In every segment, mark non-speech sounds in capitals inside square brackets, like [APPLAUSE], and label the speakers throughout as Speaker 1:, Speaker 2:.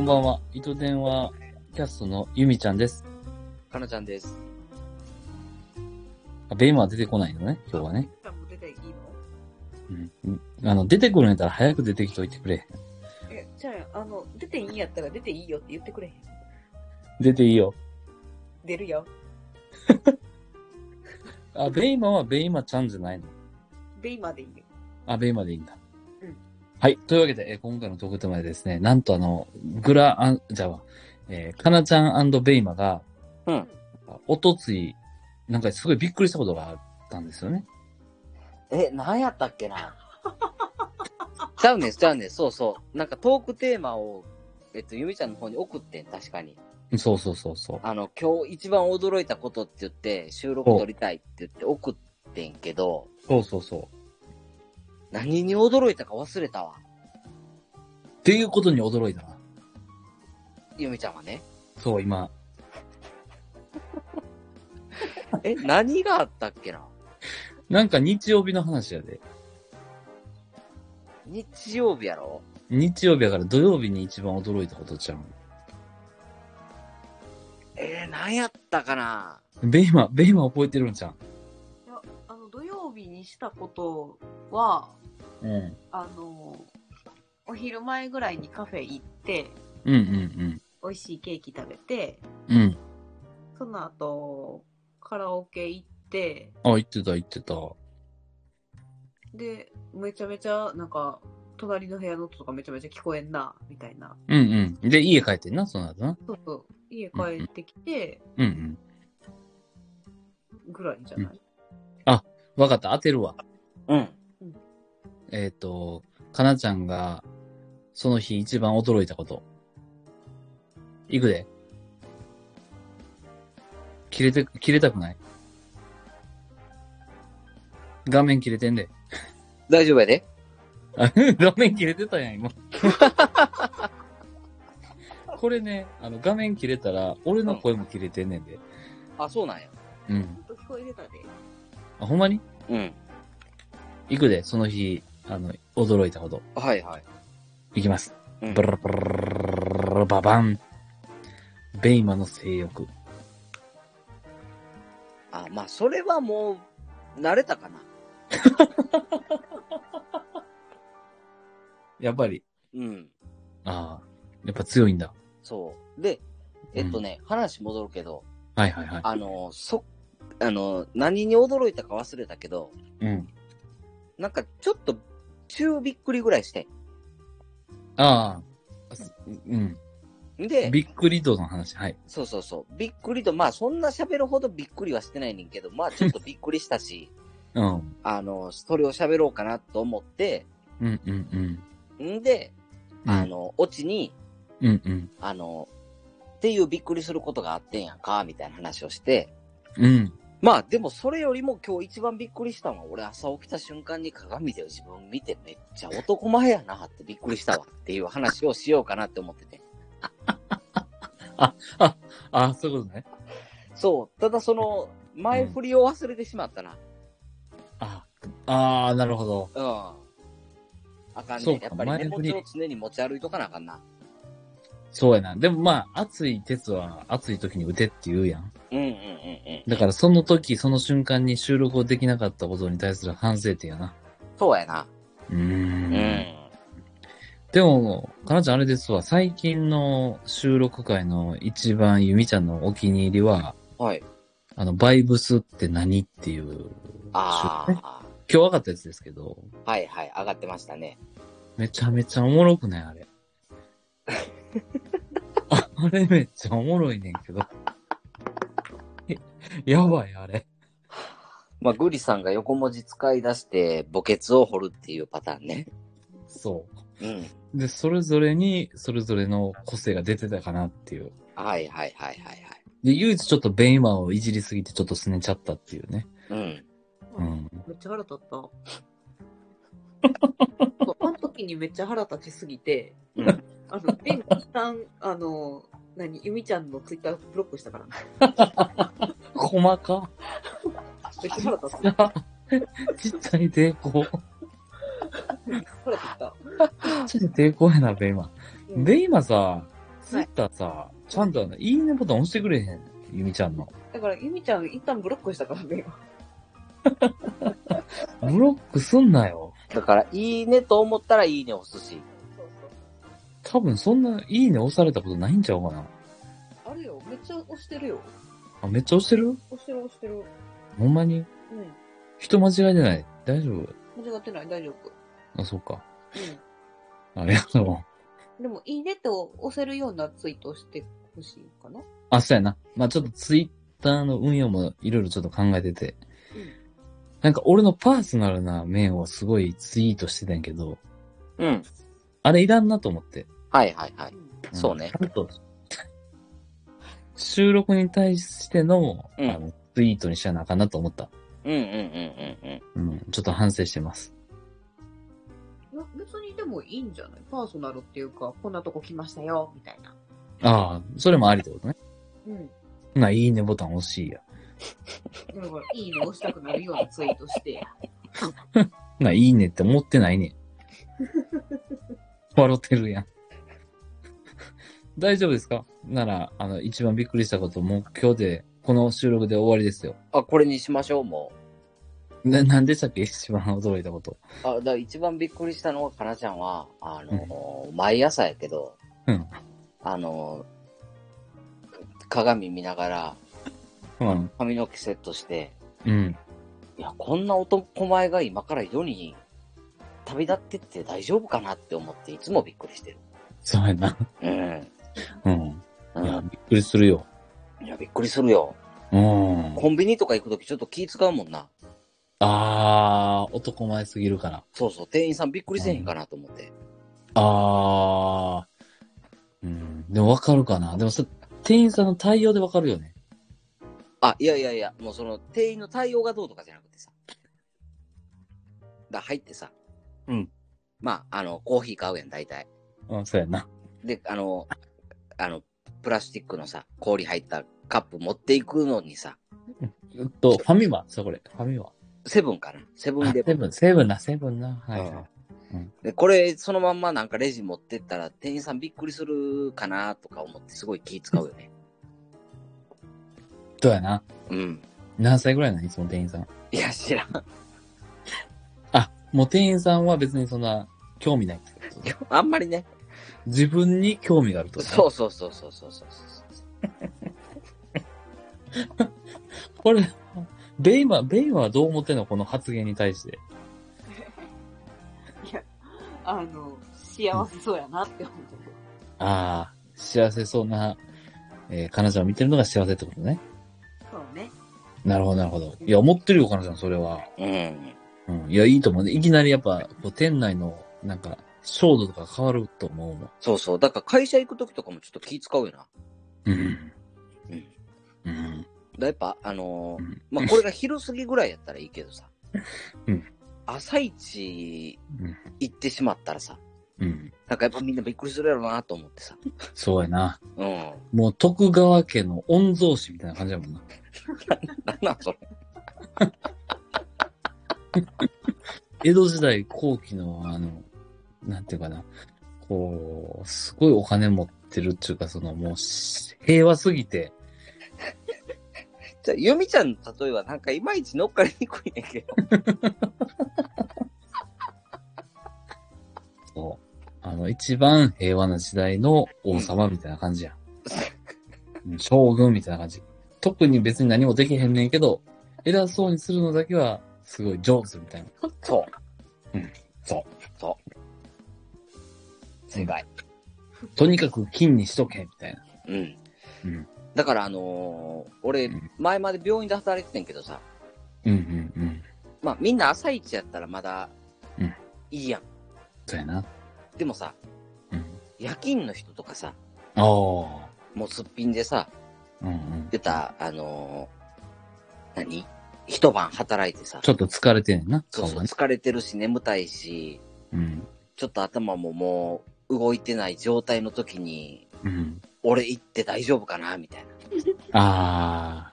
Speaker 1: んばんは。糸電話キャストのゆみちゃんです。
Speaker 2: かなちゃんです。
Speaker 1: あベイマは出てこないのね、今日はね。
Speaker 3: さんも出ていいの
Speaker 1: うん。あの、出てくるんやったら早く出てきといてくれ。
Speaker 3: え、じゃあ、あの、出ていいんやったら出ていいよって言ってくれへん。
Speaker 1: 出ていいよ。
Speaker 3: 出るよ。
Speaker 1: あ、ベイマはベイマちゃんじゃないの。
Speaker 3: ベイまでいいよ。
Speaker 1: あ、ベイマでいいんだ。
Speaker 3: うん
Speaker 1: はい。というわけで、えー今回のトークテーマでですね、なんとあの、グラアン、じゃあ、えー、かなちゃんベイマが、
Speaker 2: うん。
Speaker 1: おとつい、なんかすごいびっくりしたことがあったんですよね。
Speaker 2: え、何やったっけなちゃうねん、ちゃうねん、そうそう。なんかトークテーマを、えっと、ゆみちゃんの方に送ってん、確かに。
Speaker 1: そうそうそうそう。
Speaker 2: あの、今日一番驚いたことって言って、収録撮りたいって言って送ってんけど、
Speaker 1: そうそうそう。
Speaker 2: 何に驚いたか忘れたわ。
Speaker 1: っていうことに驚いたな。
Speaker 2: ゆみちゃんはね。
Speaker 1: そう、今。
Speaker 2: え、何があったっけな
Speaker 1: なんか日曜日の話やで。
Speaker 2: 日曜日やろ
Speaker 1: 日曜日やから土曜日に一番驚いたことちゃう。
Speaker 2: えー、何やったかなん
Speaker 1: ベイマ、ベイマ覚えてるんちゃ
Speaker 3: あの、土曜日にしたことは、
Speaker 1: ううん。
Speaker 3: あの、お昼前ぐらいにカフェ行って、
Speaker 1: うんうん
Speaker 3: 美味しいケーキ食べて、
Speaker 1: うん。うん。
Speaker 3: その後、カラオケ行って、
Speaker 1: あ、言ってた言ってた。
Speaker 3: で、めちゃめちゃ、なんか、隣の部屋の音とかめちゃめちゃ聞こえんな、みたいな。
Speaker 1: うんうん。で、家帰ってんな、その後な。
Speaker 3: そうそう。家帰ってきて、
Speaker 1: うんうん。
Speaker 3: ぐらいじゃない、
Speaker 1: わかった、当てるわ。
Speaker 2: うん。
Speaker 1: えっ、と、かなちゃんが、その日一番驚いたこと。いくで。切れて、切れたくない画面切れてんで。
Speaker 2: 大丈夫やで。
Speaker 1: あ画面切れてたやん、今。これね、あの、画面切れたら、俺の声も切れてんねんで。
Speaker 2: あ、そうなんや。
Speaker 1: うん。
Speaker 3: ちょっと聞こえてたで。
Speaker 1: あ、ほんまに
Speaker 2: うん。
Speaker 1: いくで、その日、あの、驚いたこと。
Speaker 2: はいはい。
Speaker 1: いきます。
Speaker 2: うん
Speaker 1: ブルブルブルババン。ベイマの性欲。
Speaker 2: あ、まあ、それはもう、慣れたかな。
Speaker 1: やっぱり。
Speaker 2: うん。
Speaker 1: ああ。やっぱ強いんだ。
Speaker 2: そう。で、えっとね、話戻るけど、
Speaker 1: はいはいはい。
Speaker 2: あの、そ、あの、何に驚いたか忘れたけど、
Speaker 1: うん。
Speaker 2: なんかちょっと、中びっくりぐらいして
Speaker 1: ああ。すうん。
Speaker 2: ん。で、
Speaker 1: びっくりとの話。はい。
Speaker 2: そうそうそう、びっくりと、まあそんな喋るほどびっくりはしてないねんけど、
Speaker 1: [LAUGHS]
Speaker 2: まあちょっとびっくりしたし、
Speaker 1: うん。
Speaker 2: あの、それを喋ろうかなと思って、
Speaker 1: うんうんうん。
Speaker 2: んで、あの、オチに、
Speaker 1: うんうん。
Speaker 2: あの、っていうびっくりすることがあってんやんか、みたいな話をして、
Speaker 1: うん。
Speaker 2: まあでもそれよりも今日一番びっくりしたのは俺朝起きた瞬間に鏡で自分見てめっちゃ男前やなってびっくりしたわっていう話をしようかなって思ってて。
Speaker 1: ああ、そういうことね。
Speaker 2: [LAUGHS] そう。ただその前振りを忘れてしまったな。
Speaker 1: ああ。ああ、なるほど。
Speaker 2: うん。あかん
Speaker 1: そう
Speaker 2: ね。
Speaker 1: か
Speaker 2: やっぱり
Speaker 1: 前
Speaker 2: ね
Speaker 1: 振
Speaker 2: 持
Speaker 1: り
Speaker 2: ちを常に持ち歩いとかなあかんな。
Speaker 1: そうやな。でもまあ、熱い鉄は熱い時に打てって言うやん。
Speaker 2: うんうんうんうん。
Speaker 1: だからその時、その瞬間に収録をできなかったことに対する反省点やな。
Speaker 2: そうやな。
Speaker 1: うーん
Speaker 2: うん。
Speaker 1: でも、かなちゃんあれですわ、最近の収録会の一番ゆみちゃんのお気に入りは、
Speaker 2: はい。
Speaker 1: あの、バイブスって何っていう、
Speaker 2: ああ。
Speaker 1: 今日上がったやつですけど、
Speaker 2: はいはい。上がってましたね。
Speaker 1: めちゃめちゃおもろくないあ
Speaker 2: [LAUGHS]
Speaker 1: れ。ああれめっちゃおもろいねんけど。 [LAUGHS] えやばい、あれ。
Speaker 2: まあグリさんが横文字使い出して墓穴を掘るっていうパターンね。
Speaker 1: そ
Speaker 2: うん。
Speaker 1: う。で、それぞれに、それぞれの個性が出てたかなっていう。
Speaker 2: はいはいはいはいはい。
Speaker 1: で、唯一ちょっとベイマーをいじりすぎてちょっとすねちゃったっていうね。
Speaker 2: うん。
Speaker 1: うん。
Speaker 3: めっちゃ腹立った。そうあの時にめっちゃ腹立ちすぎて、
Speaker 2: うん
Speaker 3: あの、ベンさん、あの、何、ゆみちゃんのツイッターブロックしたからね。
Speaker 1: 細か [LAUGHS] っ。
Speaker 3: めっちゃ腹立つ。
Speaker 1: ちっちゃい抵抗。ち
Speaker 3: 腹立った。
Speaker 1: っちゃい抵抗やな、ベイマ。
Speaker 3: うん
Speaker 1: ベイマさ、ツイッターさ、ちゃんとあの、いいねボタン押してくれへん。ゆみちゃんの。
Speaker 3: だから、ゆみちゃん一旦ブロックしたからね、今
Speaker 1: ブロックすんなよ。
Speaker 2: だから、いいねと思ったらいいね押すし。
Speaker 3: そうそ
Speaker 1: 多分そんな、いいね押されたことないんちゃうかな。
Speaker 3: う。あるよ、めっちゃ押してるよ。
Speaker 1: あ、めっちゃ押してる
Speaker 3: 押してる押してる。
Speaker 1: ほんまに
Speaker 3: う
Speaker 1: 人間違えてない大丈夫
Speaker 3: ん。間違ってない、大丈夫。
Speaker 1: あ、そうか。
Speaker 3: う
Speaker 1: ありがとう。
Speaker 3: ん。でも、いいねって押せるようなツイートをしてほしいかな。
Speaker 1: あ、そうやな。まあちょっとツイッターの運用もいろいろちょっと考えてて。
Speaker 3: うん
Speaker 1: なんか俺のパーソナルな面をすごいツイートしてたんやけど、
Speaker 2: うん。
Speaker 1: あれいらんなと思って。
Speaker 2: はいはいはい。
Speaker 1: う
Speaker 3: う
Speaker 1: ん
Speaker 2: そうね
Speaker 1: ちゃんと、収録に対しての,、
Speaker 2: うん
Speaker 1: あのツイートにしちゃなあかんなと思った。
Speaker 2: うんうんうんうんうん。
Speaker 1: うん。ちょっと反省してます。
Speaker 3: んいや別にでもいいんじゃないパーソナルっていうか、こんなとこ来ましたよ、みたいな。
Speaker 1: ああ、それもありってことね。
Speaker 3: うん。
Speaker 1: な、いいねボタン押しいや。
Speaker 3: だから、いいね押したくなるようなツイートしてや。
Speaker 1: な、いいねって思って
Speaker 2: [LAUGHS]
Speaker 1: ないね。笑ってるやん。大丈夫ですかなら、あの、一番びっくりしたこと、もう今日で、この収録で終わりですよ。
Speaker 2: あ、これにしましょう、も
Speaker 1: な、なんでしたっけ一番驚いたこと。
Speaker 2: う。あ、だから一番びっくりしたのは、かなちゃんは、あのー毎朝やけど、
Speaker 1: うん
Speaker 2: あのー鏡見ながら
Speaker 1: うん。
Speaker 2: 髪の毛セットして、
Speaker 1: うん。
Speaker 2: いや、こんな男前が今から世に旅立ってって大丈夫かなって思って、いつもびっくりしてる。
Speaker 1: そうやな。
Speaker 2: うん。
Speaker 1: うん。
Speaker 2: う
Speaker 1: いや、
Speaker 2: ん。
Speaker 1: びっくりするよ。
Speaker 2: いや、びっくりするよ。
Speaker 1: うん。
Speaker 2: コンビニとか行くときちょっと気使うもんな。
Speaker 1: あー、男前すぎるから。
Speaker 2: そうそう、店員さんびっくりせえへんかなと思って。
Speaker 1: あー。うん。でもわかるかな。でもそ店員さんの対応でわかるよね。
Speaker 2: あ、いやいやいや、もうその店員の対応がどうとかじゃなくてさ。だ入ってさ。
Speaker 1: うん。
Speaker 2: まあ、あの、コーヒー買うやん、大体。
Speaker 1: うん、そうやな。
Speaker 2: で、あの、あの、プラスチックのさ、氷入ったカップ持っていくのにさ、
Speaker 1: えっと、ファミマ、そうこれ。ファミマ。
Speaker 2: セブンかなセブ
Speaker 1: あ
Speaker 2: ンで。
Speaker 1: セブン、セブンな、セブンな。はい、
Speaker 2: うん
Speaker 1: は
Speaker 2: で、これ、そのまんまなんかレジ持ってったら、店員さんびっくりするかなとか思って、すごい気使うよね。
Speaker 1: い。どうやな。
Speaker 2: うん。
Speaker 1: 何歳ぐらいなのいつも店員さん。
Speaker 2: いや、知らん。
Speaker 1: あ、もう店員さんは別にそんな、興味ないってこと
Speaker 2: [LAUGHS]
Speaker 1: ね。
Speaker 2: あんまりね。
Speaker 1: 自分に興味があるってことね、
Speaker 2: そうそうそうそうそうそうそう。
Speaker 1: これ、ベイマ、ベイマはどう思ってんのこの発言に対して。
Speaker 3: あの、幸せそうやなって思う。
Speaker 1: ああ、幸せそうな、えー、彼女を見てるのが幸せってことね。
Speaker 3: そうね。
Speaker 1: なるほど、なるほど。いや、思ってるよ、彼女それは。
Speaker 2: うん。
Speaker 1: うん。いや、いいと思うね。いきなりやっぱ、こう、店内の、なんか、照度とか変わると思うもん。
Speaker 2: そうそう。だから会社行くときとかもちょっと気使うよな。
Speaker 1: うん。
Speaker 2: うん
Speaker 1: うん。
Speaker 2: だやっぱ、あのー
Speaker 1: うん
Speaker 2: まあ、これが昼過ぎぐらいやったらいいけどさ。
Speaker 1: うん
Speaker 2: 朝一
Speaker 1: うん
Speaker 2: 行ってしまったらさ、
Speaker 1: うん。
Speaker 2: なんかやっぱみんなびっくりするやろうなと思ってさ。
Speaker 1: そうやな。
Speaker 2: うん。
Speaker 1: もう徳川家の御曹司みたいな感じやもんな。
Speaker 2: なんなんそれ。
Speaker 1: 江戸時代後期の、あの、なんていうかな。こう、すごいお金持ってるっていうか、その、もうし、平和すぎて。
Speaker 2: じゃあ、ゆみちゃんの例えばなんかいまいち乗っかりにくいねんけど。
Speaker 1: こうあの、一番平和な時代の王様みたいな感じや。 [LAUGHS] うん将軍みたいな感じ。特に別に何もできへんねんけど、偉そうにするのだけは、すごい上手みたいな。
Speaker 2: そう。
Speaker 1: そう。
Speaker 2: 正解。
Speaker 1: とにかく金にしとけ、みたいな。
Speaker 2: うん。
Speaker 1: うん
Speaker 2: だから、あのー俺
Speaker 1: うん、
Speaker 2: 前まで病院で働いてたんやけどさ、
Speaker 1: うんうんうん。
Speaker 2: まあみんな朝一やったらまだ
Speaker 1: うん、
Speaker 2: いいやん。
Speaker 1: そうやな。
Speaker 2: でもさ、
Speaker 1: うん。
Speaker 2: 夜勤の人とかさ、
Speaker 1: ああ。
Speaker 2: もうすっぴんでさ、
Speaker 1: うんうん。
Speaker 2: 出た、あのー何一晩働いてさ、
Speaker 1: ちょっと疲れてんねんな、
Speaker 2: そ
Speaker 1: 顔
Speaker 2: うそう
Speaker 1: がね。
Speaker 2: 疲れてるし、眠たいし、
Speaker 1: うん。
Speaker 2: ちょっと頭ももう動いてない状態の時に、
Speaker 1: うん。
Speaker 2: 俺行って大丈夫かなみたいな。
Speaker 1: あ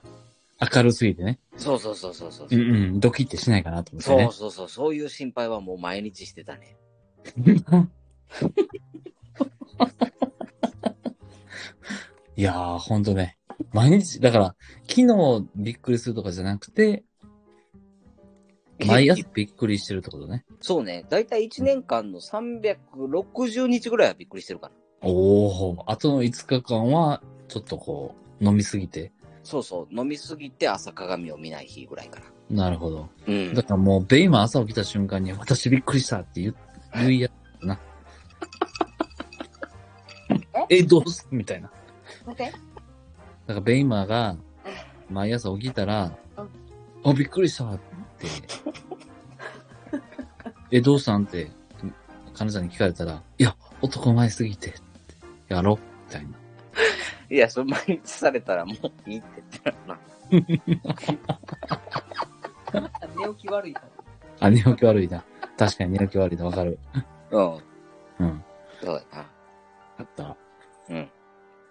Speaker 1: あ。明るすぎてね。
Speaker 2: そうそうそうそうそう。
Speaker 1: うんうん。ドキッてしないかなと思って
Speaker 2: そ
Speaker 1: ね
Speaker 2: う。そうそう、そういう心配はもう毎日してたね。
Speaker 1: [LAUGHS] いやー、ほんとね。毎日、だから、昨日びっくりするとかじゃなくて、毎朝びっくりしてるってことね。
Speaker 2: [LAUGHS] そうね。だいたい1年間の360日ぐらいはびっくりしてるから。
Speaker 1: おー、あとの5日間は、ちょっとこう、飲みすぎて。
Speaker 2: そうそう。飲みすぎて朝鏡を見ない日ぐらいから。
Speaker 1: なるほど。
Speaker 2: うん
Speaker 1: だ。からもう、ベイマ朝起きた瞬間に、私びっくりしたって言う、言いやつな。え、どうすみたいな。
Speaker 3: 待って。
Speaker 1: だからベイマーが、毎朝起きたら
Speaker 3: うん、
Speaker 1: あ、びっくりしたって。え、どうしたんって、彼女に聞かれたら、いや、男前すぎて、やろみたいな。
Speaker 2: いや、それ毎日されたらもういいって言ってな。
Speaker 3: 寝起き悪いから。
Speaker 1: あ、寝起き悪いな。確かに寝起き悪いな、わかる。
Speaker 2: うん。
Speaker 1: うん。
Speaker 2: そうだな。
Speaker 1: あった。
Speaker 2: うん。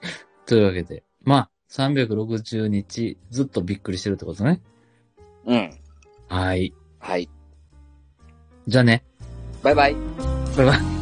Speaker 1: [LAUGHS] というわけで、まあ、360日、ずっとびっくりしてるってことね。
Speaker 2: うん。
Speaker 1: はい。
Speaker 2: はい。
Speaker 1: じゃあね。
Speaker 2: バイバイ。
Speaker 1: バイバイ。